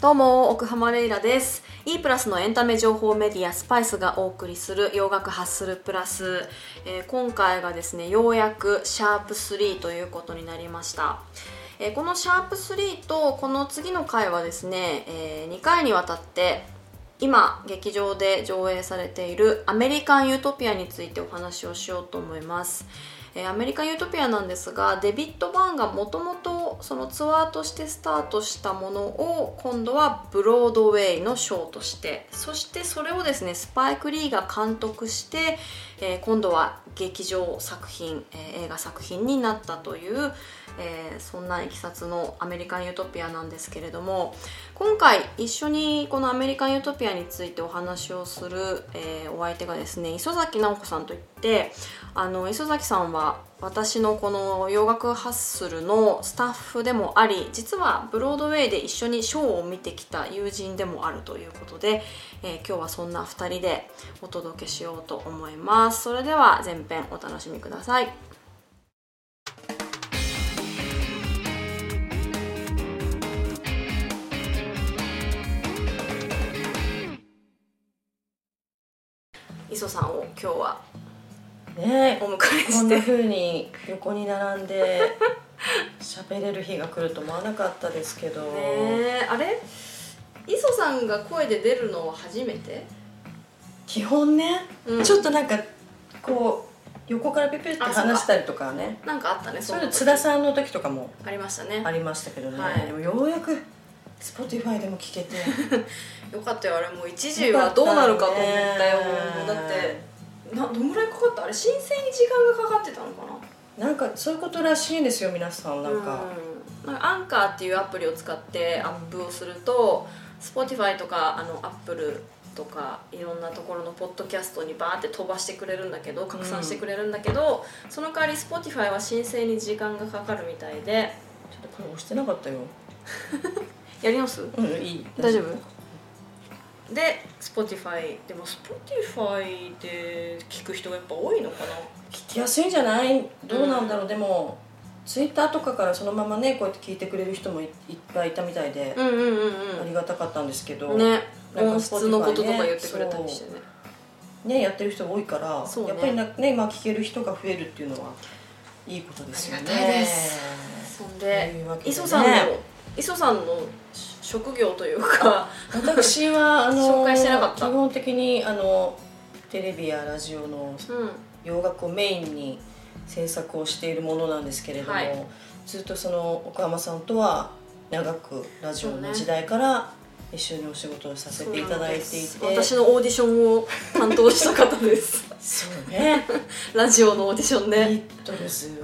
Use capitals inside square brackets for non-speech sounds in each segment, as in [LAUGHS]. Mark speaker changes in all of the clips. Speaker 1: どうも奥浜レイラです E プラスのエンタメ情報メディアスパイスがお送りする洋楽ハッスルプラス、えー今回がですねようやくシャープ3ということになりましたえーこのシャープ3とこの次の回はですね、え2回にわたって今劇場で上映されている「アメリカン・ユートピア」についてお話をしようと思います、えーアメリカン・ユートピアなんですがデビッド・バーンがもともとそのツアーとしてスタートしたものを今度はブロードウェイのショーとしてそしてそれをですねスパイク・リーが監督して、えー今度は劇場作品、えー映画作品になったという、えーそんないきさつの「アメリカン・ユートピア」なんですけれども今回一緒にこの「アメリカン・ユートピア」についてお話をする、えーお相手がですね磯崎直子さんといってあの磯崎さんは私のこの洋楽ハッスルのスタッフでもあり実はブロードウェイで一緒にショーを見てきた友人でもあるということで、えー今日はそんな2人でお届けしようと思いますそれでは前編お楽しみください磯さんを今日は
Speaker 2: ね
Speaker 1: お迎
Speaker 2: え
Speaker 1: え
Speaker 2: こ
Speaker 1: し
Speaker 2: んな
Speaker 1: て
Speaker 2: 風に横に並ん
Speaker 1: [LAUGHS]
Speaker 2: で喋れる日が来ると思わなかったですけど、
Speaker 1: ねえあれ磯さんが声で出るのは初めて
Speaker 2: 基本ね、
Speaker 1: うん
Speaker 2: ちょっとなんかこう横からピュピュって
Speaker 1: あそうか
Speaker 2: 話したりとかね
Speaker 1: なんかあったね
Speaker 2: そ
Speaker 1: ん
Speaker 2: ういう
Speaker 1: なこ
Speaker 2: の津
Speaker 1: と
Speaker 2: 田さんの時とかも
Speaker 1: ありましたね
Speaker 2: ありましたけどね、
Speaker 1: はい
Speaker 2: でもようやく Spotify でも聞けて
Speaker 1: よかったよあれもう一時はどうなるかと思ったよもうだってなどんぐらいかかったあれ申請に時間がかかってたのかな
Speaker 2: なんかそういうことらしいんですよ皆さんなんか、
Speaker 1: うんなんかアンカーっていうアプリを使ってアップをすると Spotify とかあの Apple とかいろんなところのポッドキャストにバーって飛ばしてくれるんだけど拡散してくれるんだけど、その代わり Spotify は申請に時間がかかるみたいで
Speaker 2: ちょっとこれ押してなかったよ
Speaker 1: やり直す
Speaker 2: うんいい
Speaker 1: 大丈夫で Spotify でも Spotify で聞く人がやっぱ多いのかな
Speaker 2: 聞きやすいんじゃないどうなんだろう、でもツイッターとかからそのままねこうやって聞いてくれる人もいいっぱいいたみたいで、
Speaker 1: うんうんうん
Speaker 2: ありがたかったんですけど、
Speaker 1: ね
Speaker 2: なんか
Speaker 1: 音質のこととか
Speaker 2: Spotify ね
Speaker 1: 言ってくれたりしてね
Speaker 2: ねやってる人多いから、
Speaker 1: そうね
Speaker 2: やっぱりな、ね今聞ける人が増えるっていうのはいいことですよね。
Speaker 1: ありがたいですそん
Speaker 2: と
Speaker 1: で
Speaker 2: いうわけでね
Speaker 1: 磯さんの磯さんの職業というか
Speaker 2: 私はあの
Speaker 1: [LAUGHS] 紹介してなかった
Speaker 2: 基本的にあのテレビやラジオの
Speaker 1: う
Speaker 2: 洋楽をメインに制作をしているものなんですけれども、
Speaker 1: はい
Speaker 2: ずっとその奥浜さんとは長くラジオの時代から一緒にお仕事をさせ
Speaker 1: ん
Speaker 2: ていただいていて
Speaker 1: そうなんです私のオーディションを担当した方です
Speaker 2: そうね
Speaker 1: [LAUGHS] ラジオのオーディション
Speaker 2: ビ
Speaker 1: で
Speaker 2: ートルズ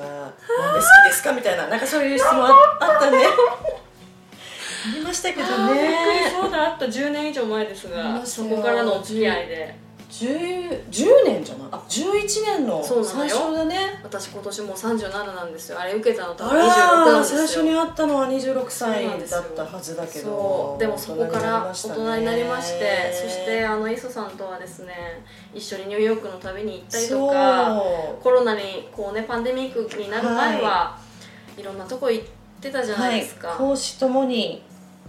Speaker 2: は何が好きですかみたいななんかそういう質問ああったねありましたけどね
Speaker 1: そうだあと10年以上前ですが
Speaker 2: あそ
Speaker 1: そうこからのお付き合いで
Speaker 2: 10, 10年じゃないあ11年の
Speaker 1: そうなの
Speaker 2: 最
Speaker 1: よ
Speaker 2: 初だね
Speaker 1: 私今年もう37なんですよあれ受けたの多
Speaker 2: あ
Speaker 1: 分26なん
Speaker 2: ら
Speaker 1: ですよ
Speaker 2: 最初に会ったのは26
Speaker 1: そう
Speaker 2: 歳
Speaker 1: なんです
Speaker 2: だ
Speaker 1: よ
Speaker 2: ったはずだけど
Speaker 1: そうでもそこから大人になりましてそして
Speaker 2: 行
Speaker 1: あ
Speaker 2: っ
Speaker 1: の磯さんとはですね一緒にニューヨークの旅に行ったりとかコロナにこうねパンデミックになる前は、い、ろんなとこ行ってたじゃないですか、
Speaker 2: はい、講師ともに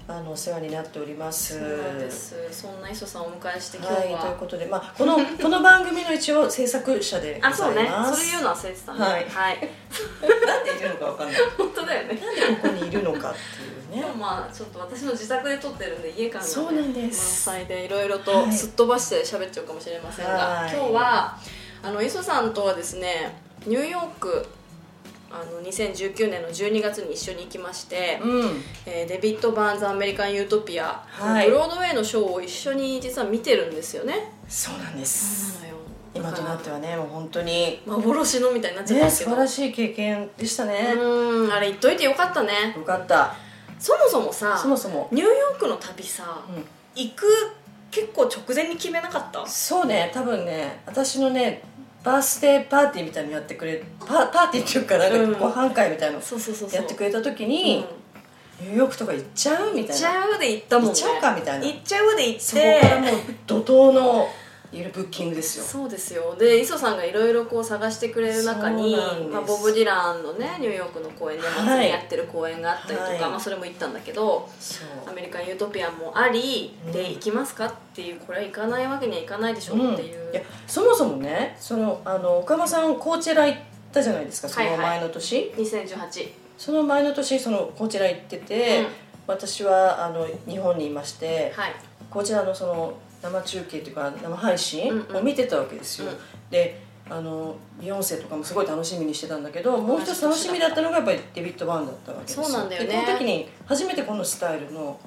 Speaker 2: あのお世話になっております
Speaker 1: そうなんですそんな磯さんをお迎えして今日は、
Speaker 2: はい、ということで、ま
Speaker 1: [LAUGHS]
Speaker 2: あ、このこの番組の一応制作者でござい
Speaker 1: あ
Speaker 2: ます
Speaker 1: そうねそれ言うの忘れてたね
Speaker 2: はい
Speaker 1: はい、
Speaker 2: なんでいるのかわかんない
Speaker 1: 本当だよね
Speaker 2: なんでここにいるのかっていう
Speaker 1: で
Speaker 2: ね
Speaker 1: もまあちょっと私の自宅で撮ってるんで家感が、ね、
Speaker 2: そうなんです
Speaker 1: 満載でいろいろ
Speaker 2: は
Speaker 1: と
Speaker 2: い
Speaker 1: すっ飛ばして喋っちゃうかもしれませんが、
Speaker 2: はい
Speaker 1: 今日はあの磯さんとはですねニューヨークあの2019年の12月に一緒に行きまして、
Speaker 2: うん
Speaker 1: えーデビッド・バーンズ・アメリカン・ユートピア、
Speaker 2: はい
Speaker 1: ブロードウェイのショーを一緒に実は見てるんですよね
Speaker 2: そうなんで
Speaker 1: そう
Speaker 2: す
Speaker 1: なのよ
Speaker 2: 今となって
Speaker 1: は
Speaker 2: はねもう本当に
Speaker 1: 幻のみたいになっちゃったんで
Speaker 2: ね
Speaker 1: す
Speaker 2: 素
Speaker 1: けど、
Speaker 2: 晴らしい経験でしたね、
Speaker 1: うんあれ言っといてよかったね
Speaker 2: よかった
Speaker 1: そもそもさ
Speaker 2: そもそも、
Speaker 1: ニューヨークの旅さ、
Speaker 2: うん
Speaker 1: 行く結構直前に決めなかった
Speaker 2: そうね多分ね私のねバースデーパーティーみたいなのやってくれパパーティーっていうかなんかご飯会みたいなの
Speaker 1: そうそうそうそう
Speaker 2: やってく
Speaker 1: れ
Speaker 2: れた時に、ニューヨークとか行っちゃう
Speaker 1: 行
Speaker 2: みた
Speaker 1: っ
Speaker 2: い
Speaker 1: ち
Speaker 2: な
Speaker 1: ゃうで行ったもんね
Speaker 2: 行っちゃうかみたいな
Speaker 1: 行っちゃうで行って
Speaker 2: そこからもう怒涛のいるブッキングですよ
Speaker 1: そうですよで磯さんがいろいろこう探してくれる中に
Speaker 2: そうなんです
Speaker 1: まあ、ボブ・ディランのねニューヨークの公演で
Speaker 2: はい
Speaker 1: 祭りやってる公演があったりとか、
Speaker 2: はい
Speaker 1: まあ、それも行ったんだけど
Speaker 2: そ
Speaker 1: アメリカン・ユートピアンもあり、
Speaker 2: うん
Speaker 1: で行きますかっていうこれは行かないわけにはいかないでしょ
Speaker 2: うん
Speaker 1: っていう、
Speaker 2: いやそもそもねそのあの岡間さんコーチェラ行ったじゃないですかその前の年、
Speaker 1: 2018
Speaker 2: その前の年そのコーチェラ行ってて、
Speaker 1: うん
Speaker 2: 私はあの日本にいまして、
Speaker 1: はい
Speaker 2: こちらのその生中継というか生配信
Speaker 1: うんうん
Speaker 2: を見てたわけですよ、
Speaker 1: うん
Speaker 2: であのビヨンセとかもすごい楽しみにしてたんだけどもう一つ
Speaker 1: 同
Speaker 2: 楽
Speaker 1: じ年だ
Speaker 2: しみだったのがやっぱりデビッド・バーンだったわけですよ
Speaker 1: そうなんだよね
Speaker 2: でこの時に初めてこのスタイルの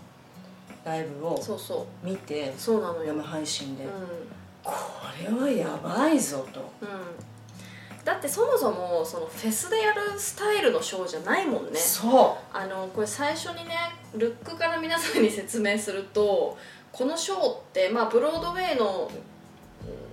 Speaker 2: ライブを
Speaker 1: そうそ
Speaker 2: 見て
Speaker 1: うそうなのよ、
Speaker 2: 生配信で、
Speaker 1: う
Speaker 2: これはやばいぞと
Speaker 1: んうん、だってそもそもそのフェスでやるスタイルのショーじゃないもんね
Speaker 2: そ
Speaker 1: あのこれ最初にねルックから皆さんに説明するとこのショーって、まあ、ブロードウェイの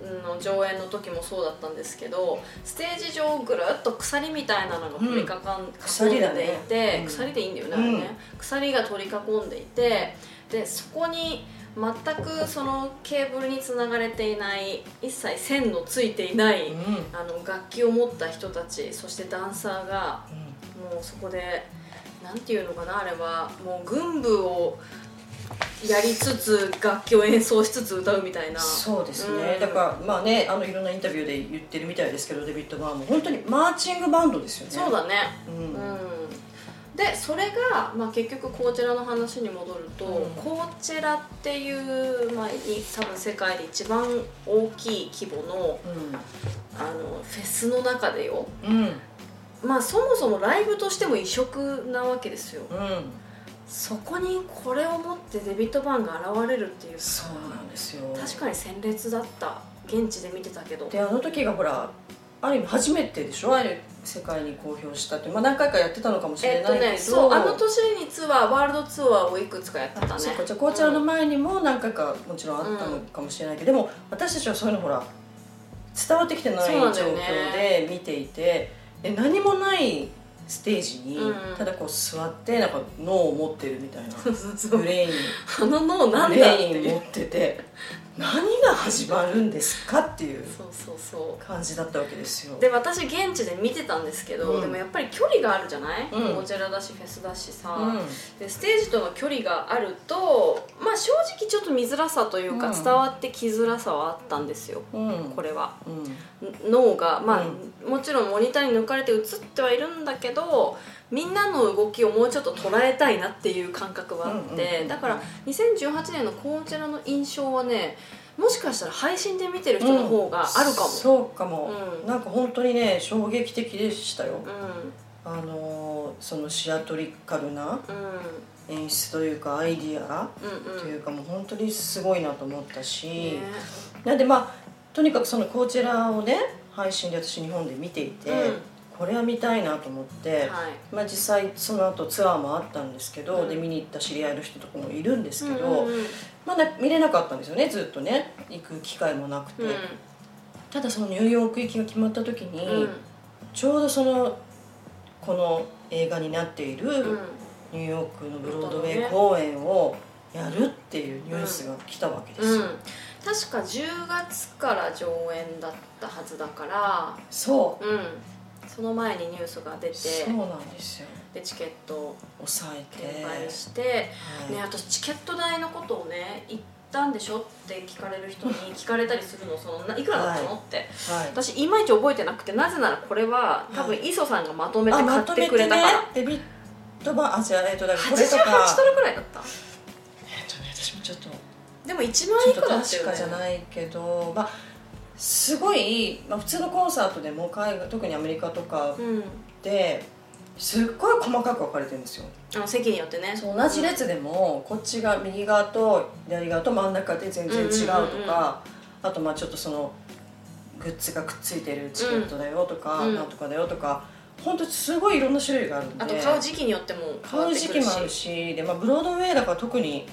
Speaker 1: うんの上演の時もそうだったんですけどステージ上ぐるっと鎖みたいなのが取りかかん、囲
Speaker 2: 鎖
Speaker 1: ん
Speaker 2: だね
Speaker 1: でいて、
Speaker 2: うん
Speaker 1: 鎖でいいんだよねあれね、鎖が取り囲んでいてでそこに全くそのケーブルにつながれていない一切線のついていな
Speaker 2: う、
Speaker 1: い、
Speaker 2: うん
Speaker 1: あの楽器を持った人たちそしてダンサーがもうそこでなんていうのかなあれはもう軍部をやりつつ楽器を演奏しつつ歌うみたいな
Speaker 2: そうですね、
Speaker 1: うん
Speaker 2: だからまあねあのいろんなインタビューで言ってるみたいですけどデビッド・バーンも本当にマーチングバンドですよね
Speaker 1: そうだね
Speaker 2: うん
Speaker 1: うんでそれが、まあ、結局コーチェラの話に戻ると、
Speaker 2: うん
Speaker 1: コーチェラっていう、まあ、い多分世界で一番大きい規模のあのフェスの中でよ
Speaker 2: うんうん
Speaker 1: まあそもそもライブとしても異色なわけですよ
Speaker 2: うん
Speaker 1: そこにこれを持ってデビット・バーンが現れるっていう
Speaker 2: そうなんですよ
Speaker 1: 確かに鮮烈だった現地で見てたけど
Speaker 2: であの時がほらある意味初めてでしょあれ世界に公表したって、まあ、何回かやってたのかもしれ
Speaker 1: えっ
Speaker 2: な
Speaker 1: と
Speaker 2: いけど、
Speaker 1: ねそうあの年にツアーワールドツアーをいくつかやってたね
Speaker 2: そっかじゃあ紅茶の前にも何回かもちろんあったのかもしれないけど、でも私たちはそういうのほら伝わってきてない
Speaker 1: そう
Speaker 2: 状
Speaker 1: なんだよね
Speaker 2: 況で見ていて、で何もないステージに、
Speaker 1: うん
Speaker 2: ただこう座ってなんか脳を持ってるみたい
Speaker 1: う
Speaker 2: な
Speaker 1: ん [LAUGHS] そうそうそう
Speaker 2: ブレイン
Speaker 1: あの脳なん
Speaker 2: ブ
Speaker 1: だって
Speaker 2: レイン
Speaker 1: い
Speaker 2: 持
Speaker 1: う
Speaker 2: ってて何が始まるんですかっていう
Speaker 1: そうそうそ
Speaker 2: 感じだったわけですよ
Speaker 1: うで私現地で見てたんですけど、
Speaker 2: うん
Speaker 1: でもやっぱり距離があるじゃない、
Speaker 2: うん
Speaker 1: こちらだしフェスだしさ、
Speaker 2: う
Speaker 1: でステージとの距離があるとまあ正直ちょっと見づらさというか、
Speaker 2: うん
Speaker 1: 伝わってきづらさはあったんですよ
Speaker 2: んうん
Speaker 1: これは
Speaker 2: うん
Speaker 1: 脳が、まあ
Speaker 2: う
Speaker 1: もちろんモニターに抜かれて映ってはいるんだけどみんなの動きをもうちょっと捉えたいなっていう感覚はあって、
Speaker 2: うんうんうん
Speaker 1: だから2018年のこちらの印象はねもしかしたら配信で見てる人の方があるかも。
Speaker 2: そうかも、
Speaker 1: うん
Speaker 2: なんか本当にね衝撃的でしたよ、
Speaker 1: うん
Speaker 2: あのーそのシアトリカルな
Speaker 1: うん
Speaker 2: 演出というかアイディア
Speaker 1: うん
Speaker 2: と
Speaker 1: うん
Speaker 2: いうかもう本当にすごいなと思ったし、
Speaker 1: ね
Speaker 2: なんでまあとにかくそのこちらをね配信で私日本で見ていて、
Speaker 1: うん
Speaker 2: これは見たいなと思っ
Speaker 1: は
Speaker 2: て、
Speaker 1: い
Speaker 2: まあ、実際その後ツアーもあったんですけど、
Speaker 1: うん
Speaker 2: で見に行った知り合いの人とかもいるんですけど、
Speaker 1: うんうんうん
Speaker 2: まだ見れなかったんですよねずっとね行く機会もなくて、ただそのニューヨーク行きが決まった時に、
Speaker 1: うんうん
Speaker 2: ちょうどそのこの映画になっている、ニューヨークのブロードウェイ公演をやるっていうニュースが来たわけです
Speaker 1: う
Speaker 2: よ、
Speaker 1: ん確か10月から上演だったはずだから
Speaker 2: そう
Speaker 1: うんその前にニュースが出て
Speaker 2: そうなんですよ
Speaker 1: でチケットを
Speaker 2: 抑えて
Speaker 1: 転売して、
Speaker 2: はい
Speaker 1: ね、私チケット代のことをね言ったんでしょって聞かれる人に聞かれたりするのそのないくらだったのって
Speaker 2: はい
Speaker 1: 私いまいち覚えてなくてなぜならこれは多分
Speaker 2: は
Speaker 1: 磯さんがまとめて
Speaker 2: あ
Speaker 1: 買
Speaker 2: ま
Speaker 1: っ
Speaker 2: と
Speaker 1: て
Speaker 2: め
Speaker 1: く
Speaker 2: て
Speaker 1: れ
Speaker 2: ね
Speaker 1: たから、
Speaker 2: デビットバーンあじゃあえっとだからこれとか
Speaker 1: 88ドルくらいだった
Speaker 2: えっとね私もちょっとち
Speaker 1: でも1万い
Speaker 2: ょ
Speaker 1: く
Speaker 2: っと
Speaker 1: らだった
Speaker 2: 確
Speaker 1: よ
Speaker 2: かじゃ
Speaker 1: ね
Speaker 2: ないけどまあすごい、まあ、普通のコンサートでも海外特にアメリカとか
Speaker 1: うん
Speaker 2: ですっごい細かく分かれてるんですよ
Speaker 1: あの席によってね
Speaker 2: そう同じ列でもこっちが右側と左側と真ん中で全然違うとか、
Speaker 1: うんうんうんうん
Speaker 2: あとまあちょっとそのグッズがくっついてるチケットだよとか、
Speaker 1: うん
Speaker 2: なんとかだよとか本当すごいいろんな種類があるんで
Speaker 1: あと買う時期によっても変わ
Speaker 2: 買
Speaker 1: っ
Speaker 2: う
Speaker 1: て
Speaker 2: 時
Speaker 1: く
Speaker 2: 期
Speaker 1: る
Speaker 2: もある
Speaker 1: し
Speaker 2: しで、まあ、ブロードウェイだから特に、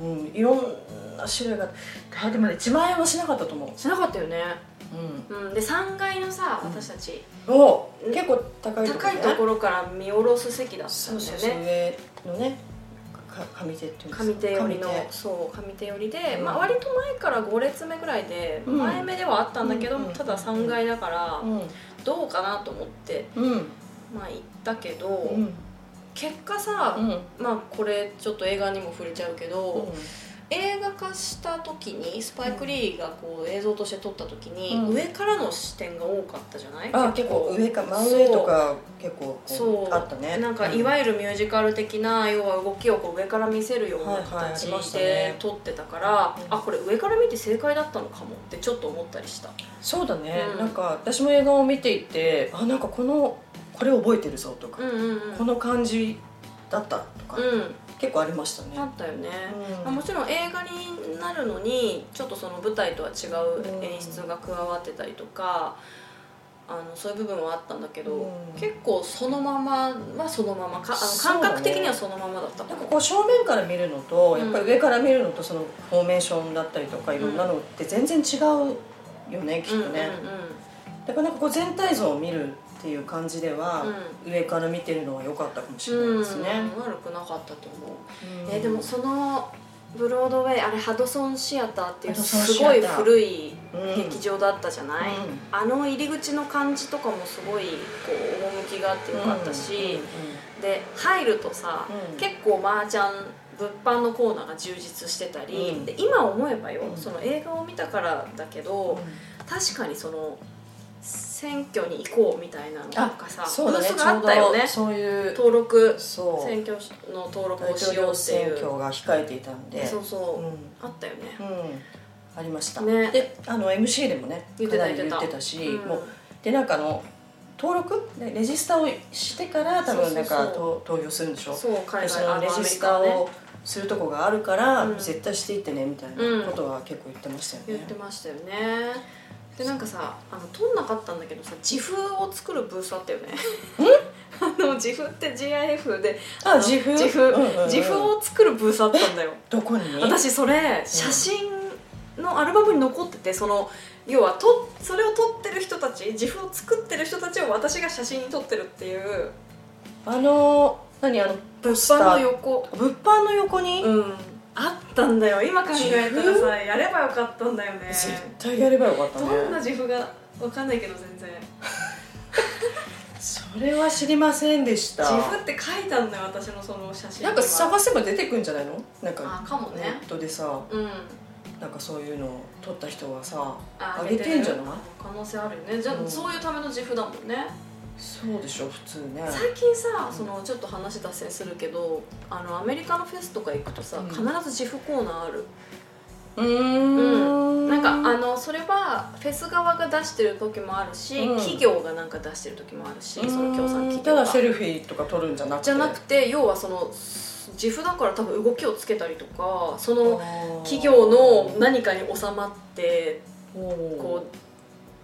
Speaker 2: うん、いろんな種類があでもね1万円はしなかったと思う、
Speaker 1: しなかったよね、
Speaker 2: うん、
Speaker 1: うん、で3階のさ私たち、
Speaker 2: お結構高いところ、
Speaker 1: 高いところから見下ろす席だった
Speaker 2: そ
Speaker 1: ん
Speaker 2: う
Speaker 1: だ
Speaker 2: そ
Speaker 1: よ
Speaker 2: うそう
Speaker 1: ね
Speaker 2: 上のねか上手っていうんですか
Speaker 1: 上手寄りの
Speaker 2: 上
Speaker 1: そう上手寄りで、
Speaker 2: うん
Speaker 1: まあ、割と前から5列目ぐらいで、
Speaker 2: うん
Speaker 1: 前目ではあったんだけど、
Speaker 2: うんうん
Speaker 1: ただ3階だから、
Speaker 2: 手
Speaker 1: どうかなと思って、
Speaker 2: うんうん
Speaker 1: まあ、行ったけど、
Speaker 2: うん
Speaker 1: 結果さ、
Speaker 2: うん
Speaker 1: まあ、これちょっと映画にも触れちゃうけど、
Speaker 2: うん
Speaker 1: 映画化した時にスパイク・リーがこう映像として撮った時に、
Speaker 2: うん
Speaker 1: 上からの視点が多かったじゃない
Speaker 2: あ結構上か真上とか結構こう
Speaker 1: そう
Speaker 2: あったね
Speaker 1: なんかいわゆるミュージカル的な、要は動きをこう上から見せるような
Speaker 2: はいはいあ
Speaker 1: 形
Speaker 2: りました
Speaker 1: で
Speaker 2: ね
Speaker 1: 撮ってたから、
Speaker 2: う
Speaker 1: あ
Speaker 2: ん
Speaker 1: これ上から見て正解だったのかもってちょっと思ったりした、
Speaker 2: そうだね、
Speaker 1: うん
Speaker 2: なんか私も映画を見ていてあなんかこのこれ覚えてるぞとか、
Speaker 1: うんうん
Speaker 2: この感じだったとか、
Speaker 1: うん、
Speaker 2: 結構ありましたね
Speaker 1: あ。ったよね、
Speaker 2: うん
Speaker 1: まあもちろん映画になるのにちょっとその舞台とは違う演出が加わってたりとか、あのそういう部分はあったんだけど、
Speaker 2: うん
Speaker 1: 結構そのままはそのままかあ
Speaker 2: そう
Speaker 1: の
Speaker 2: ね
Speaker 1: 感覚的にはそのままだったか
Speaker 2: なん
Speaker 1: も
Speaker 2: かこう正面から見るのと、
Speaker 1: うん
Speaker 2: やっぱり上から見るのとそのフォーメーションだったりとかいろんなのって全然違うよね、きっとね、だからなんかこう全体像を見るっていう感じでは、上から見てるのは良かったかもし
Speaker 1: うん
Speaker 2: れ
Speaker 1: うんう
Speaker 2: ない
Speaker 1: ん、
Speaker 2: ですね、
Speaker 1: うん悪くなかったと思う
Speaker 2: うん
Speaker 1: えーでもそのブロードウェイあれハドソンシアターっていう
Speaker 2: ハドソン
Speaker 1: す
Speaker 2: シアタ
Speaker 1: ご
Speaker 2: ー
Speaker 1: い古い
Speaker 2: うん
Speaker 1: 劇場だったじゃない、
Speaker 2: うん
Speaker 1: あの入り口の感じとかもすごいこう趣があってよかったし、で入るとさ、
Speaker 2: うん
Speaker 1: 結構マーチャン物販のコーナーが充実してたり、
Speaker 2: うん
Speaker 1: で今思えばよ、
Speaker 2: うん
Speaker 1: その映画を見たからだけ
Speaker 2: うんうん
Speaker 1: ど、確かにその選挙に行こうみたいなのとかさ
Speaker 2: そうだね
Speaker 1: ブースがあったよね
Speaker 2: ちょうどそういう
Speaker 1: 登録
Speaker 2: そう
Speaker 1: 選挙の登録
Speaker 2: 大
Speaker 1: を
Speaker 2: 統
Speaker 1: しようっ
Speaker 2: 領
Speaker 1: てい
Speaker 2: 選
Speaker 1: う
Speaker 2: 挙が控えていたんで
Speaker 1: そうそう、
Speaker 2: うん、うん、
Speaker 1: あったよね
Speaker 2: ありました、
Speaker 1: ね
Speaker 2: であの MC でもね
Speaker 1: 言ってた
Speaker 2: かなり言ってたし、
Speaker 1: うん
Speaker 2: もうでなんかあの登録ねレジスタをしてから多分なん
Speaker 1: そう
Speaker 2: か
Speaker 1: そう
Speaker 2: と投票するんでしょ
Speaker 1: そう海外
Speaker 2: でその
Speaker 1: あ
Speaker 2: レ
Speaker 1: のアメ
Speaker 2: ジ
Speaker 1: リ
Speaker 2: ス
Speaker 1: カ
Speaker 2: タ
Speaker 1: はね
Speaker 2: をするとこがあるから、
Speaker 1: うん
Speaker 2: 絶対していってねみたい
Speaker 1: うん
Speaker 2: なことは結構言ってました
Speaker 1: 言
Speaker 2: よ
Speaker 1: って、
Speaker 2: ね
Speaker 1: ましたよねでなんかさあの撮んなかったんだけどさ自負を作るブースあったよね [LAUGHS] あの自負って GIF で
Speaker 2: あ自負
Speaker 1: 自負、
Speaker 2: うんうんうん
Speaker 1: 自負を作るブースあったんだよ
Speaker 2: どこに
Speaker 1: 私それ写真のアルバムに残っててその要はとそれを撮ってる人たち自負を作ってる人たちを私が写真に撮ってるっていう
Speaker 2: あの何あの
Speaker 1: 物
Speaker 2: ポスター
Speaker 1: 販の横
Speaker 2: 物販の横に、
Speaker 1: うんあったんだよ今考えたら
Speaker 2: 自
Speaker 1: さやればよかったんだよね
Speaker 2: 絶対やればよかったね
Speaker 1: どんな自負がわかんないけど全然
Speaker 2: それは知りませんでした
Speaker 1: 自負って書いたんだよ私のその写真に
Speaker 2: な
Speaker 1: は
Speaker 2: んか探せば出てくんじゃないのなんか
Speaker 1: あかもね
Speaker 2: ネットでさ
Speaker 1: うん
Speaker 2: なんかそういうのを撮った人はさ
Speaker 1: あ
Speaker 2: あげてんじゃない
Speaker 1: 可能性あるよねじゃあ、
Speaker 2: うん
Speaker 1: そういうための自負だもんね、
Speaker 2: そうでしょ普通ね
Speaker 1: 最近さそのちょっと話脱線するけどあのアメリカのフェスとか行くとさ、
Speaker 2: うん
Speaker 1: 必ず自負コーナーある
Speaker 2: うーん
Speaker 1: なんかあのそれはフェス側が出してる時もあるし、
Speaker 2: うん
Speaker 1: 企業がなんか出してる時もあるし、その協賛企
Speaker 2: た
Speaker 1: 業が
Speaker 2: だセルフィーとか撮るんじゃなくて
Speaker 1: じゃなくて要はその自負だから多分動きをつけたりとかそ
Speaker 2: あ
Speaker 1: の
Speaker 2: ー
Speaker 1: 企業の何かに収まってこ
Speaker 2: こ
Speaker 1: う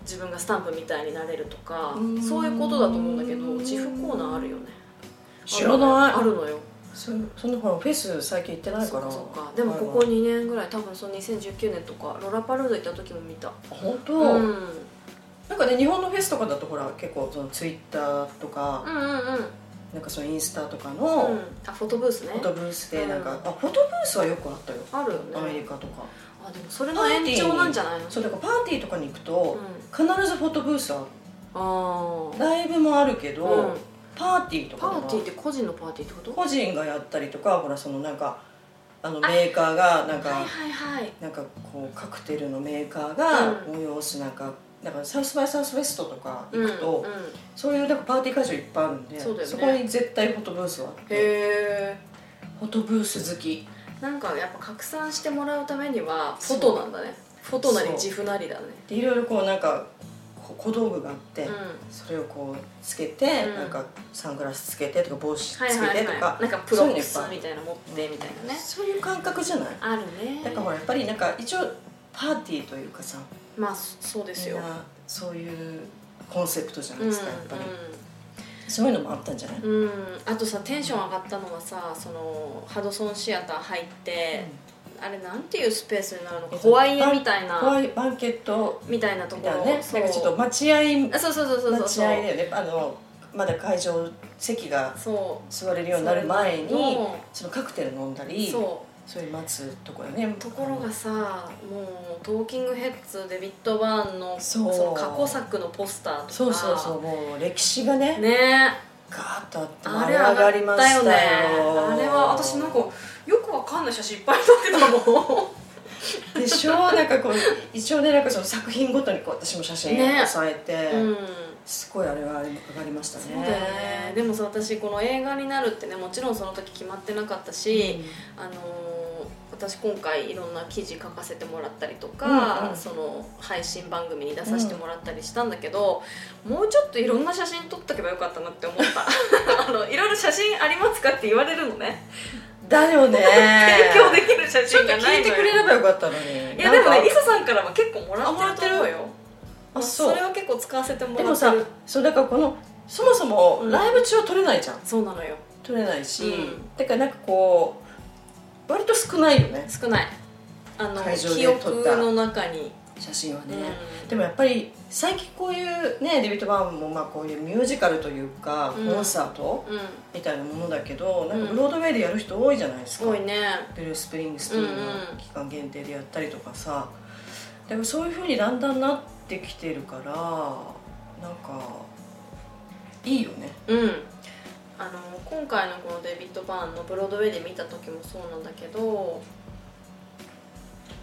Speaker 1: 自分がスタンプみたいになれるとか
Speaker 2: うん
Speaker 1: そういうことだと思うんだけど自負コーナーあるよね
Speaker 2: う知らない
Speaker 1: あるのよ
Speaker 2: そそんなほらフェス最近行って
Speaker 1: あるのよ
Speaker 2: ない
Speaker 1: そ
Speaker 2: か
Speaker 1: うからそうかでもここ2年ぐらい多分その2019年とかロラパルード行った時も見た
Speaker 2: 本当、
Speaker 1: うんうん
Speaker 2: なんかね日本のフェスとかだとほら結構そのツイッターとか、
Speaker 1: うんうん
Speaker 2: なんかそのインスタとか
Speaker 1: う
Speaker 2: の
Speaker 1: んあフォトブースね
Speaker 2: フォトブースでなんか、
Speaker 1: うん
Speaker 2: あフォトブースはよくあったよ
Speaker 1: あるよ
Speaker 2: アメリ
Speaker 1: ね
Speaker 2: カとか
Speaker 1: あでもそれの延長なんじゃないの
Speaker 2: そうだからパーティーとかに行くと
Speaker 1: う、ん
Speaker 2: 必ずフォトブースある
Speaker 1: ああ
Speaker 2: ライブもあるけど、
Speaker 1: うん
Speaker 2: パーティーとか
Speaker 1: パ
Speaker 2: では
Speaker 1: ーティーって個人のパーティーってこと
Speaker 2: 個人がやったりとかほらそのなんかあのメーカーがなんか、
Speaker 1: はいはいはい
Speaker 2: なんかこうカクテルのメーカーが
Speaker 1: う
Speaker 2: 催すなんか、だからサウスバイサウスウェストとか行くと、
Speaker 1: うんうん、へ
Speaker 2: そういうなんかパーティー会場いっぱいあるんで
Speaker 1: そうだよね
Speaker 2: こに絶対フォトブースはあって
Speaker 1: え
Speaker 2: フォトブース好き
Speaker 1: なんかやっぱ拡散してもらうためにはフォトなんだねフォトなり
Speaker 2: そう
Speaker 1: 自負なりだね
Speaker 2: でいろいろこうなんかこ小道具があって、
Speaker 1: うん
Speaker 2: それをこうつけて、
Speaker 1: うん
Speaker 2: なんかサングラスつけてとか帽子つけ
Speaker 1: はいはいはい
Speaker 2: てとか、
Speaker 1: なんかプロップス
Speaker 2: そういうのい
Speaker 1: み
Speaker 2: った
Speaker 1: いなの持ってみたいなね
Speaker 2: そういう感覚じゃない
Speaker 1: あるね
Speaker 2: だからほらやっぱりなんか一応パーティーというかさ
Speaker 1: まあそそうです
Speaker 2: みん
Speaker 1: よ
Speaker 2: なそういうコンセプトじゃな
Speaker 1: う
Speaker 2: い
Speaker 1: ん
Speaker 2: ですか、やっぱり、そういうのもあったんじゃない、
Speaker 1: うん、うん、あとさテンション上がったのはさそのハドソンシアター入って、あれなんていうスペースになるのかホワイエみたい
Speaker 2: ホワ
Speaker 1: な
Speaker 2: イバンケット
Speaker 1: みたいなと
Speaker 2: み
Speaker 1: こ
Speaker 2: たい
Speaker 1: ろ
Speaker 2: なねなんかちょっと待合
Speaker 1: あそうそうそうそうそう
Speaker 2: 待合だよねあのまだ会場席が
Speaker 1: そ
Speaker 2: 座れるようになる前
Speaker 1: それ前
Speaker 2: に
Speaker 1: の
Speaker 2: そのカクテル飲んだ
Speaker 1: う
Speaker 2: り
Speaker 1: そう
Speaker 2: そういう待つところね
Speaker 1: ところがさもうトーキングヘッズデビッド・バーンの
Speaker 2: そう
Speaker 1: の過去作のポスターとか
Speaker 2: そうそうそうもう歴史がね
Speaker 1: ねえ
Speaker 2: ガーッとあって
Speaker 1: あれ上が
Speaker 2: り
Speaker 1: ったよねあれは私なんかよくわかんない写真いっぱい載ってたも
Speaker 2: でしょなんかこう一応ねなんかその作品ごとにこう私も写真
Speaker 1: ね
Speaker 2: を添えて、
Speaker 1: ん、うん
Speaker 2: すごいあれは上がりましたね
Speaker 1: そうだよねでもさ私この映画になるってねもちろんその時決まってなかったし、あのー私今回いろんな記事書かせてもらったりとか、
Speaker 2: うんうん
Speaker 1: その配信番組に出させてもらったりしたんだけど、もうちょっといろんな写真撮っとけばよかったなって思った [LAUGHS] あのいろいろ写真ありますかって言われるのね
Speaker 2: うんだよね
Speaker 1: 提供できる写
Speaker 2: ちょっ
Speaker 1: 真
Speaker 2: と
Speaker 1: がな
Speaker 2: 聞
Speaker 1: い
Speaker 2: い
Speaker 1: の
Speaker 2: て
Speaker 1: よ
Speaker 2: くれればよかったのに
Speaker 1: いやでも
Speaker 2: なん
Speaker 1: ね
Speaker 2: か
Speaker 1: リサさんからは結構もらってると思うよ
Speaker 2: あそう
Speaker 1: れは結構使わせても
Speaker 2: で
Speaker 1: ら
Speaker 2: も
Speaker 1: って
Speaker 2: さ
Speaker 1: る
Speaker 2: そうだからこのそもそも
Speaker 1: うん
Speaker 2: ライブ中は撮れないじゃん、
Speaker 1: そうなのよ
Speaker 2: 撮れないし、
Speaker 1: うん
Speaker 2: だからなんかこう割と少ないよね
Speaker 1: 少ないあの
Speaker 2: 会場で
Speaker 1: 記
Speaker 2: 撮った
Speaker 1: 憶の中に、
Speaker 2: 写真はね、
Speaker 1: うん
Speaker 2: でもやっぱり最近こういうねデビッド・バーンもまあこういうミュージカルというか、
Speaker 1: うん
Speaker 2: コンサート
Speaker 1: うん
Speaker 2: みたいなものだけどなん
Speaker 1: う
Speaker 2: か
Speaker 1: ん
Speaker 2: ブロードウェイでやる人多いじゃないです
Speaker 1: す
Speaker 2: か、
Speaker 1: ごいね
Speaker 2: ブルース・プリングスティーン
Speaker 1: うんうん
Speaker 2: の期間限定でやったりとかさ、でもそういうふうにだんだんなってきてるからなんかいいよね
Speaker 1: うんあの今回のこのデビッド・バーンのブロードウェイで見た時もそうなんだけど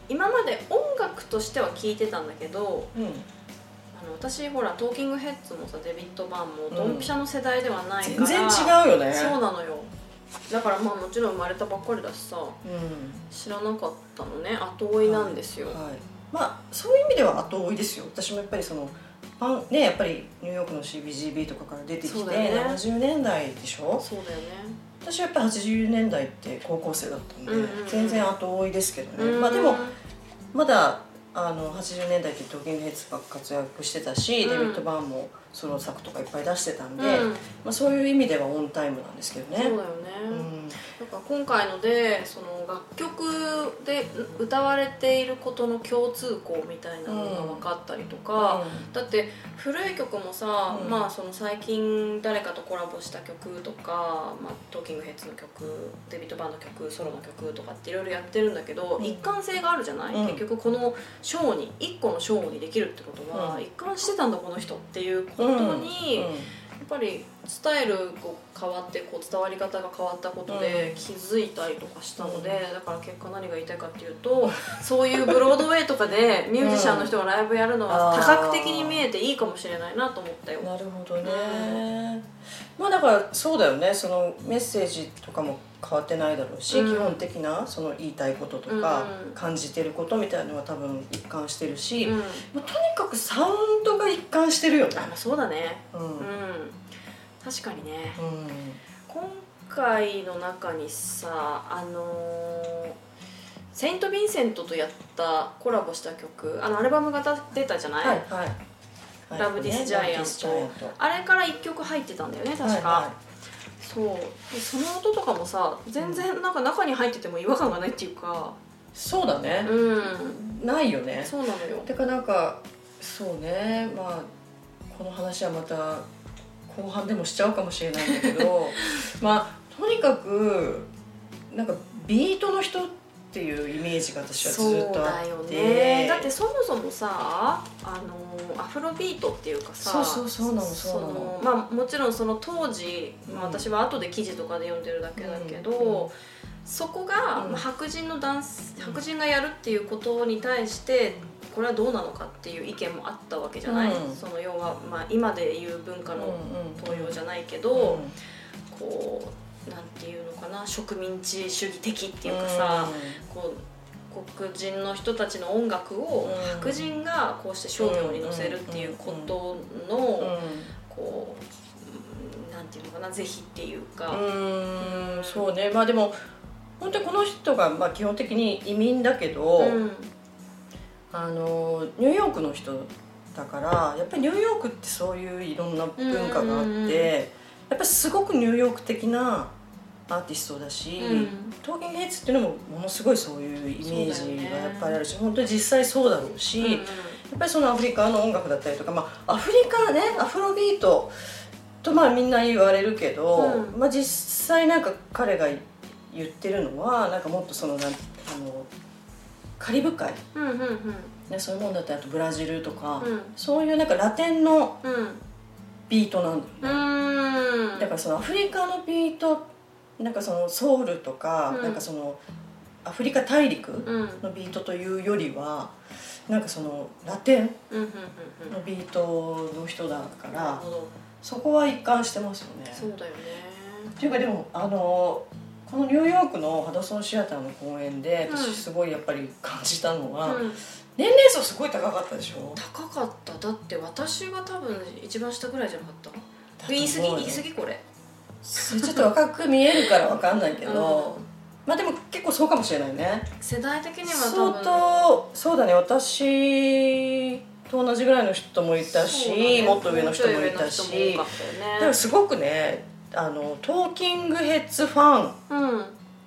Speaker 1: 今まで音楽としては聴いてたんだけど
Speaker 2: うん
Speaker 1: あの私ほらトーキングヘッズもさデビッド・バーンもドンピシャの世代ではないか
Speaker 2: 全
Speaker 1: ら、
Speaker 2: 然違うよね
Speaker 1: そうなのよだからまあもちろん生まれたばっかりだしさ
Speaker 2: うん
Speaker 1: 知らなかったのね後追いなんですよ、
Speaker 2: はい、まあそういう意味では後追いですよ私もやっぱりそのパンねやっぱりニューヨークの CBGB とかから出てき
Speaker 1: そ
Speaker 2: て、
Speaker 1: うだよね
Speaker 2: 70年代でしょ
Speaker 1: そうだよね
Speaker 2: 私はやっぱ80年代って高校生だったんで、
Speaker 1: うんうんうん
Speaker 2: 全然後追いですけどね、
Speaker 1: うん
Speaker 2: まあでもまだあの80年代ってトーキングヘッズが活躍してたし、
Speaker 1: うん
Speaker 2: デビッド・バーンもソロ作とかいっぱい出してたん
Speaker 1: う
Speaker 2: で、
Speaker 1: ん、
Speaker 2: まあ、そういう意味ではオンタイムなんですけど
Speaker 1: そうだよ
Speaker 2: ね。
Speaker 1: ね、
Speaker 2: うん
Speaker 1: なんか今回のでその楽曲で歌われていることの共通項みたいなのが分かったりとか、だって古い曲もさ、
Speaker 2: うん
Speaker 1: まあ、その最近誰かとコラボした曲とか、まあ、トーキングヘッズの曲デビットバーンの曲ソロの曲とかっていろいろやってるんだけど、
Speaker 2: うん
Speaker 1: 一貫性があるじゃない、
Speaker 2: うん
Speaker 1: 結局このショーに1個のショーにできるってことは、
Speaker 2: うん
Speaker 1: 一貫してたんだこの人っていうことに、
Speaker 2: うん
Speaker 1: やっぱりスタイルが変わってこう伝わり方が変わったことで
Speaker 2: うん
Speaker 1: 気づいたりとかしたので、だから結果何が言いたいかっていうとそういうブロードウェイとかでミュージシャンの人がライブやるのは
Speaker 2: うん
Speaker 1: 多角的に見えていいかもしれないなと思ったよ。
Speaker 2: なるほどね、まあだからそうだよねそのメッセージとかも変わってないだろうし、
Speaker 1: うん
Speaker 2: 基本的なその言いたいこととか、感じてることみたいのは多分一貫してるし、
Speaker 1: うん、
Speaker 2: もうとにかくサウンドが一貫してるよね
Speaker 1: あ、まあそうだね
Speaker 2: うん
Speaker 1: うん確かにね
Speaker 2: うん
Speaker 1: 今回の中にさあのーセイント・ヴィンセントとやったコラボした曲あのアルバムが出たじゃない、
Speaker 2: はいはいはい
Speaker 1: ラブディスジャイアント
Speaker 2: ラブディスジャイアント
Speaker 1: あれから1曲入ってたんだよね確か、
Speaker 2: はいはい
Speaker 1: そうでその音とかもさ全然なんか中に入ってても違和感がないっていうか
Speaker 2: そうだね、
Speaker 1: うん
Speaker 2: ないよね
Speaker 1: そうなのよ
Speaker 2: だからなんかそうねまあこの話はまた後半でもしちゃうかもしれないんだけ
Speaker 1: [LAUGHS]
Speaker 2: どまあとにかくなんかビートの人っていうイメージが私はずっとあって
Speaker 1: そうだよねだってそもそもさあのアフロビートっていうかさ
Speaker 2: そうそうそうなのそうなの
Speaker 1: まあ、もちろんその当時、まあ、
Speaker 2: うん
Speaker 1: 私は後で記事とかで読んでるだけだけど、
Speaker 2: うん
Speaker 1: そこが、
Speaker 2: うん
Speaker 1: まあ白人のダンス白人がやるっていうことに対してこれはどうなのかっていう意見もあったわけじゃない、
Speaker 2: うん
Speaker 1: その要は、まあ、今でいう文化
Speaker 2: うん
Speaker 1: の
Speaker 2: うん
Speaker 1: 東洋じゃないけ
Speaker 2: う
Speaker 1: ど、
Speaker 2: ん
Speaker 1: こうなんていうのかな植民地主義的っていうかさ、こう黒人の人たちの音楽を
Speaker 2: うん
Speaker 1: 白人がこうして商業に乗せるっていうことの、
Speaker 2: うん
Speaker 1: こううんなんていうのかな是非っていうか、
Speaker 2: うんうんそうねまあでも本当にこの人がまあ基本的に移民だけど、
Speaker 1: うん
Speaker 2: あのニューヨークの人だからやっぱりニューヨークってそういういろんな文化があっ
Speaker 1: う
Speaker 2: て、
Speaker 1: んうんうん
Speaker 2: やっぱりすごくニューヨーク的なアーティストだし、
Speaker 1: うん
Speaker 2: トーキングヘッズっていうのもものすごいそういうイメージがやっぱりあるし、本当に実際そうだろうし、
Speaker 1: うん
Speaker 2: やっぱりそのアフリカの音楽だったりとか、まあ、アフリカねアフロビートとまあみんな言われるけど、
Speaker 1: う
Speaker 2: まあ、実際なんか彼が言ってるのはなんかもっとそのなんあのカリブ海、
Speaker 1: うんうんうん
Speaker 2: ね、そういうもんだったりあとブラジルとか、
Speaker 1: うん
Speaker 2: そういうなんかラテンの
Speaker 1: うん
Speaker 2: ビートなんだよね。
Speaker 1: うーん
Speaker 2: だからそのアフリカのビートなんかそのソウルとか、
Speaker 1: うん
Speaker 2: なんかそのアフリカ大陸
Speaker 1: うんうん
Speaker 2: のビートというよりはなんかそのラテン
Speaker 1: うんうんうん
Speaker 2: のビートの人だ
Speaker 1: な
Speaker 2: か
Speaker 1: る
Speaker 2: ら
Speaker 1: ほど
Speaker 2: そこは一貫してますよ
Speaker 1: そ
Speaker 2: ね。
Speaker 1: うだよね
Speaker 2: っていうかでもあのこのニューヨークのハドソンシアターの公演で
Speaker 1: うん
Speaker 2: 私すごいやっぱり感じたのは、
Speaker 1: うん
Speaker 2: 年齢層すごい高かったでしょ
Speaker 1: 高かっただって私が多分一番下ぐらいじゃなかった言い過ぎ
Speaker 2: だと思う
Speaker 1: 言
Speaker 2: よ
Speaker 1: い過ぎこれ
Speaker 2: ちょっと若く見えるからわかんないけど、まあでも結構そうかもしれないね
Speaker 1: うん世代的には多
Speaker 2: 相
Speaker 1: 分
Speaker 2: 当そうだね私と同じぐらいの人もいたし、
Speaker 1: そうだね
Speaker 2: もっと上の人もいた
Speaker 1: もっと上
Speaker 2: し
Speaker 1: の人も多かった
Speaker 2: だ
Speaker 1: よね
Speaker 2: からすごくねあのトーキングヘッズファン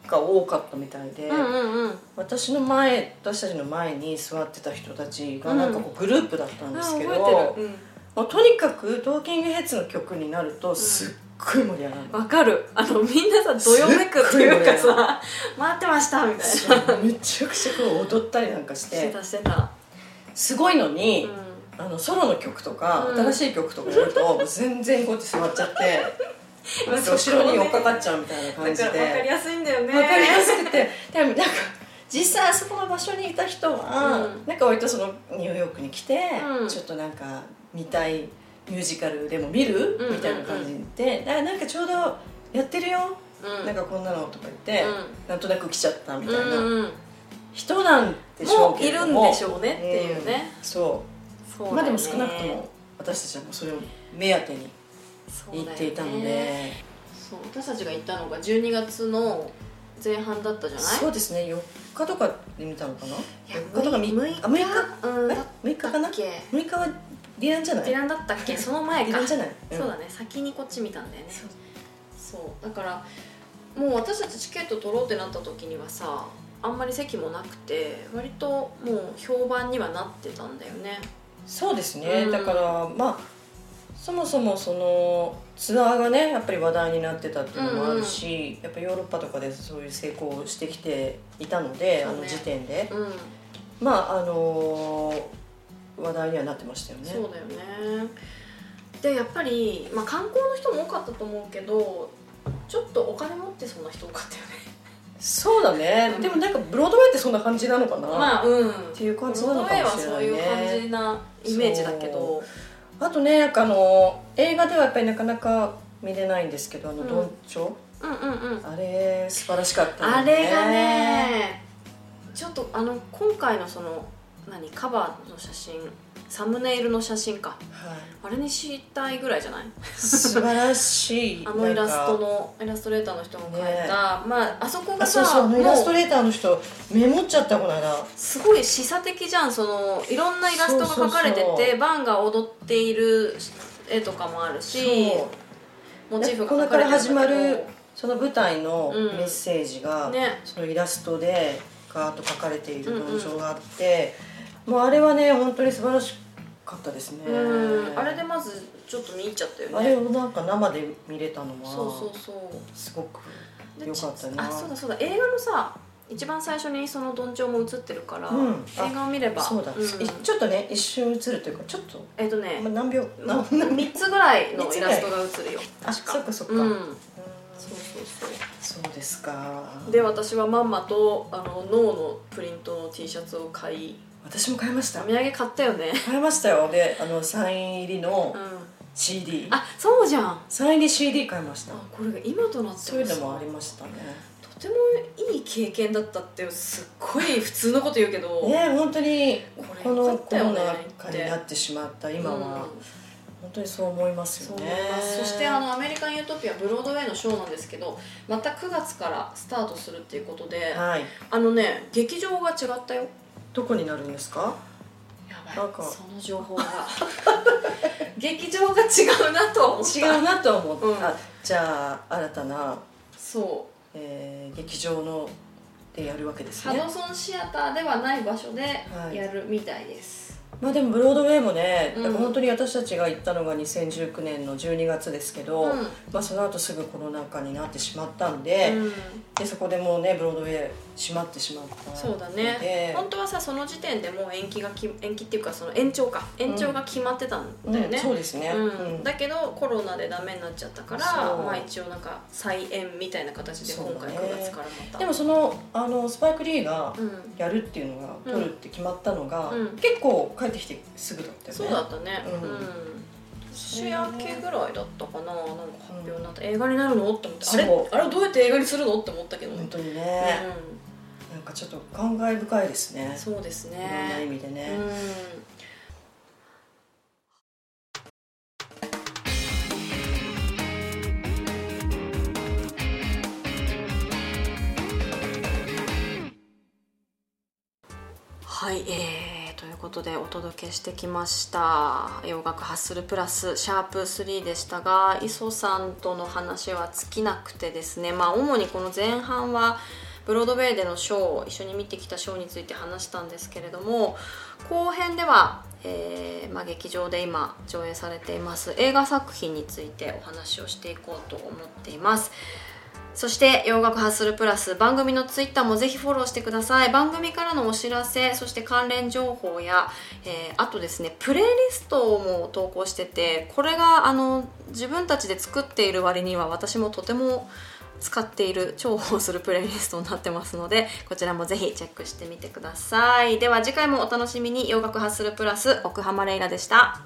Speaker 2: が多かったみたいで、
Speaker 1: うんうんうんうん
Speaker 2: 私の前私たちの前に座ってた人たちが
Speaker 1: うん
Speaker 2: なんかこうグループだったん
Speaker 1: あ
Speaker 2: です
Speaker 1: 覚え
Speaker 2: け
Speaker 1: て
Speaker 2: ど、
Speaker 1: るうん
Speaker 2: もうとにかくトーキングヘッズの曲になるとすっごい盛り上がるの、
Speaker 1: わかるあのみんなさどよめくっていうかさ待ってましたみたいなし
Speaker 2: そうめちゃくちゃこう踊ったりなんかしてて
Speaker 1: たしてた
Speaker 2: すごいのに、
Speaker 1: うん
Speaker 2: あのソロの曲とか、
Speaker 1: うん
Speaker 2: 新しい曲とかやるともう全然こうやって座っちゃって
Speaker 1: [LAUGHS] まあ
Speaker 2: 後ろに追っかかっちゃうみたいな感
Speaker 1: だ
Speaker 2: じ
Speaker 1: か
Speaker 2: で
Speaker 1: ら分かりやすいんだよね
Speaker 2: わかりやすくてでもなんか実際あそこの場所にいた人は、
Speaker 1: うん
Speaker 2: なんか割とそのニューヨークに来て、
Speaker 1: うん
Speaker 2: ちょっとなんか見たいミュージカルでも見る、
Speaker 1: うん
Speaker 2: みたいな感じでだからなんかちょうどやってるよ、
Speaker 1: うん
Speaker 2: なんかこんなのとか言って、
Speaker 1: うん
Speaker 2: なんとなく来ちゃったみたい
Speaker 1: うん
Speaker 2: な
Speaker 1: うんうん
Speaker 2: 人なんでしょ
Speaker 1: も
Speaker 2: う
Speaker 1: う
Speaker 2: け
Speaker 1: い
Speaker 2: れ
Speaker 1: る
Speaker 2: ど
Speaker 1: ん
Speaker 2: も
Speaker 1: でしょうねっていうね、
Speaker 2: うんそう
Speaker 1: そうだよね
Speaker 2: まあでも少なくとも私たちはもうそれを目当てに行っていたの
Speaker 1: そう
Speaker 2: で
Speaker 1: だよねそう私たちが行ったのが12月の前半だったじゃない
Speaker 2: そうですね4日とかで見たのかな4日とかみ
Speaker 1: 6日
Speaker 2: あ6日
Speaker 1: うん
Speaker 2: え
Speaker 1: だっ
Speaker 2: 6日か
Speaker 1: た
Speaker 2: な
Speaker 1: っけ
Speaker 2: 6日はディランじゃない
Speaker 1: ディランだったっけその前
Speaker 2: ディ
Speaker 1: か
Speaker 2: ランじゃない、ん
Speaker 1: そうだね先にこっち見たんだよね
Speaker 2: そう
Speaker 1: そうだからもう私たちチケット取ろうってなった時にはさあんまり席もなくて割ともう評判にはなってたんだよね
Speaker 2: そうですね、
Speaker 1: うん
Speaker 2: だからまあそもそもそのツアーがねやっぱり話題になってたっていうのもあるし、やっぱヨーロッパとかでそういう成功をしてきていたので、
Speaker 1: そ
Speaker 2: あ
Speaker 1: うね
Speaker 2: の時点で
Speaker 1: うん、
Speaker 2: まああの話題にはなってましたよね
Speaker 1: そうだよねでやっぱり、まあ、観光の人も多かったと思うけどちょっとお金持ってそうな人多かったよね
Speaker 2: そうだね、
Speaker 1: うん
Speaker 2: でもなんかブロードウェイってそんな感じなのかな、
Speaker 1: まあうん
Speaker 2: っていう感じ
Speaker 1: そ
Speaker 2: な
Speaker 1: の
Speaker 2: の
Speaker 1: 上
Speaker 2: かも
Speaker 1: は
Speaker 2: しれ
Speaker 1: そ
Speaker 2: な
Speaker 1: う
Speaker 2: い
Speaker 1: い
Speaker 2: ね
Speaker 1: う感じなイメージだけど
Speaker 2: あとねなんかあの映画ではやっぱりなかなか見れないんですけど「あ
Speaker 1: う
Speaker 2: の
Speaker 1: ん
Speaker 2: ドンチョ
Speaker 1: うんうんうん」
Speaker 2: あれ素晴らしかった
Speaker 1: あ
Speaker 2: よね
Speaker 1: れがねちょっとあの今回のその何カバーの写真サムネイルの写真か
Speaker 2: はい
Speaker 1: あれにしたいぐらいじゃない
Speaker 2: 素晴らし
Speaker 1: [LAUGHS]
Speaker 2: い
Speaker 1: あのイラスト
Speaker 2: なんか
Speaker 1: のイラストレーターの人が描いた、
Speaker 2: ね
Speaker 1: まああそこが
Speaker 2: あ
Speaker 1: さ
Speaker 2: そうそうあのイラスト
Speaker 1: もう
Speaker 2: レーターの人メモっちゃったこの間
Speaker 1: すごい示唆的じゃんそのいろんなイラストが描かれてて
Speaker 2: そうそうそう
Speaker 1: バンが踊っている絵とかもあるし
Speaker 2: そう
Speaker 1: モチーフ
Speaker 2: こ
Speaker 1: が
Speaker 2: の
Speaker 1: 描か
Speaker 2: か
Speaker 1: れ
Speaker 2: ら
Speaker 1: てるんだけ
Speaker 2: 始
Speaker 1: ど
Speaker 2: まるその舞台の
Speaker 1: うん
Speaker 2: メッセージが、
Speaker 1: ね
Speaker 2: そのイラストでガーッと書かれている文章があって、もうあれはね本当に素晴らしかったですね、
Speaker 1: うんあれでまずちょっと見入っちゃったよね
Speaker 2: あれをなんか生で見れたのは
Speaker 1: そうそうそう
Speaker 2: すごく
Speaker 1: で
Speaker 2: 良かったな
Speaker 1: あそうだそうだ映画のさ一番最初にそのどんちょうも映ってるから、
Speaker 2: うんあ
Speaker 1: 映画を見れば
Speaker 2: そうだ、
Speaker 1: ん
Speaker 2: いちょっとね一瞬映るというかちょっと、
Speaker 1: えっ、と
Speaker 2: まあ
Speaker 1: ね、
Speaker 2: 何秒
Speaker 1: ま、
Speaker 2: 何
Speaker 1: 3つぐらいのイラストが映るよ
Speaker 2: [LAUGHS] あ
Speaker 1: 確
Speaker 2: そっ
Speaker 1: か
Speaker 2: かそっか、
Speaker 1: う
Speaker 2: うんん
Speaker 1: そうそうそ
Speaker 2: そうですか
Speaker 1: うで私はまんまとあの脳のプリントの T シャツを買い
Speaker 2: 私も買いまし
Speaker 1: お
Speaker 2: た
Speaker 1: 土産買ったよね、
Speaker 2: 買いましたよであのサイン入りの
Speaker 1: うん、
Speaker 2: CD、
Speaker 1: あそうじゃんあ
Speaker 2: サイン入り CD 買いました
Speaker 1: これが今となっては
Speaker 2: そういうのもありましたね
Speaker 1: とてもいい経験だったってすっごい普通のこと言うけど、
Speaker 2: ね本当に
Speaker 1: こ
Speaker 2: こ
Speaker 1: れ良
Speaker 2: の
Speaker 1: かっ
Speaker 2: コ
Speaker 1: たよ
Speaker 2: ロ
Speaker 1: ね
Speaker 2: ナ禍になってしまった今は、
Speaker 1: うん
Speaker 2: 本当にそう思います
Speaker 1: そ
Speaker 2: よ
Speaker 1: う
Speaker 2: ね
Speaker 1: 思いますそしてあのアメリカン・ユートピアブロードウェイのショーなんですけどまた9月からスタートするっていうことで
Speaker 2: はい
Speaker 1: あのね劇場が違ったよ
Speaker 2: どこになるんですか
Speaker 1: やばい
Speaker 2: なんか
Speaker 1: その情報が [LAUGHS] 劇場が違うなとは思った
Speaker 2: 違うなと思った、
Speaker 1: うん
Speaker 2: あじゃあ新たな、
Speaker 1: そ
Speaker 2: えー劇場のでやるわけで
Speaker 1: う
Speaker 2: す
Speaker 1: ハ
Speaker 2: ね
Speaker 1: ドソンシアターではない場所で
Speaker 2: はい
Speaker 1: やるみたいです、
Speaker 2: まあでもブロードウェイもね、
Speaker 1: うん
Speaker 2: だから本当に私たちが行ったのが2019年の12月ですけど、
Speaker 1: うん
Speaker 2: まあ、その後すぐコロナ禍になってしまったんで,、
Speaker 1: うん
Speaker 2: でそこでもうねブロードウェイ閉まってしまったので
Speaker 1: そうだね本当はさその時点でもう延期がき延期っていうかその延長か延長が決まってたん
Speaker 2: うん
Speaker 1: だよね、
Speaker 2: そうですね、
Speaker 1: うん
Speaker 2: うん
Speaker 1: だけどコロナでダメになっちゃったから
Speaker 2: そう
Speaker 1: まあ一応なんか再演みたいな形で今回
Speaker 2: そうだね
Speaker 1: 9月からまた
Speaker 2: でもそのあのスパイク・リーが
Speaker 1: うん
Speaker 2: やるっていうのが、
Speaker 1: うん
Speaker 2: 撮るって決まったのが、
Speaker 1: うん
Speaker 2: 結構帰ってきてすぐだったよね
Speaker 1: そうだったね
Speaker 2: うん
Speaker 1: うん年明けぐらいだったかななんか発表になった、映画になるのって思ってあれ
Speaker 2: そう
Speaker 1: あれどうやって映画にするのって思ったけどね
Speaker 2: 本当にね、
Speaker 1: う
Speaker 2: なんかちょっと感慨深いですね
Speaker 1: ん、そうです
Speaker 2: いろんな意
Speaker 1: ね
Speaker 2: 味でね、
Speaker 1: うんはい、えー、ということでお届けしてきました「洋楽ハッスルプラスシャープ3」でしたが磯さんとの話は尽きなくてですねまあ主にこの前半はブロードウェイでのショーを一緒に見てきたショーについて話したんですけれども後編では、えーまあ、劇場で今上映されています映画作品についてお話をしていこうと思っています。そして洋楽ハッスルプラス番組のツイッターもぜひフォローしてください番組からのお知らせそして関連情報や、えーあとですねプレイリストも投稿しててこれがあの自分たちで作っている割には私もとても使っている重宝するプレイリストになってますのでこちらもぜひチェックしてみてくださいでは次回もお楽しみに洋楽ハッスルプラス奥浜レイラでした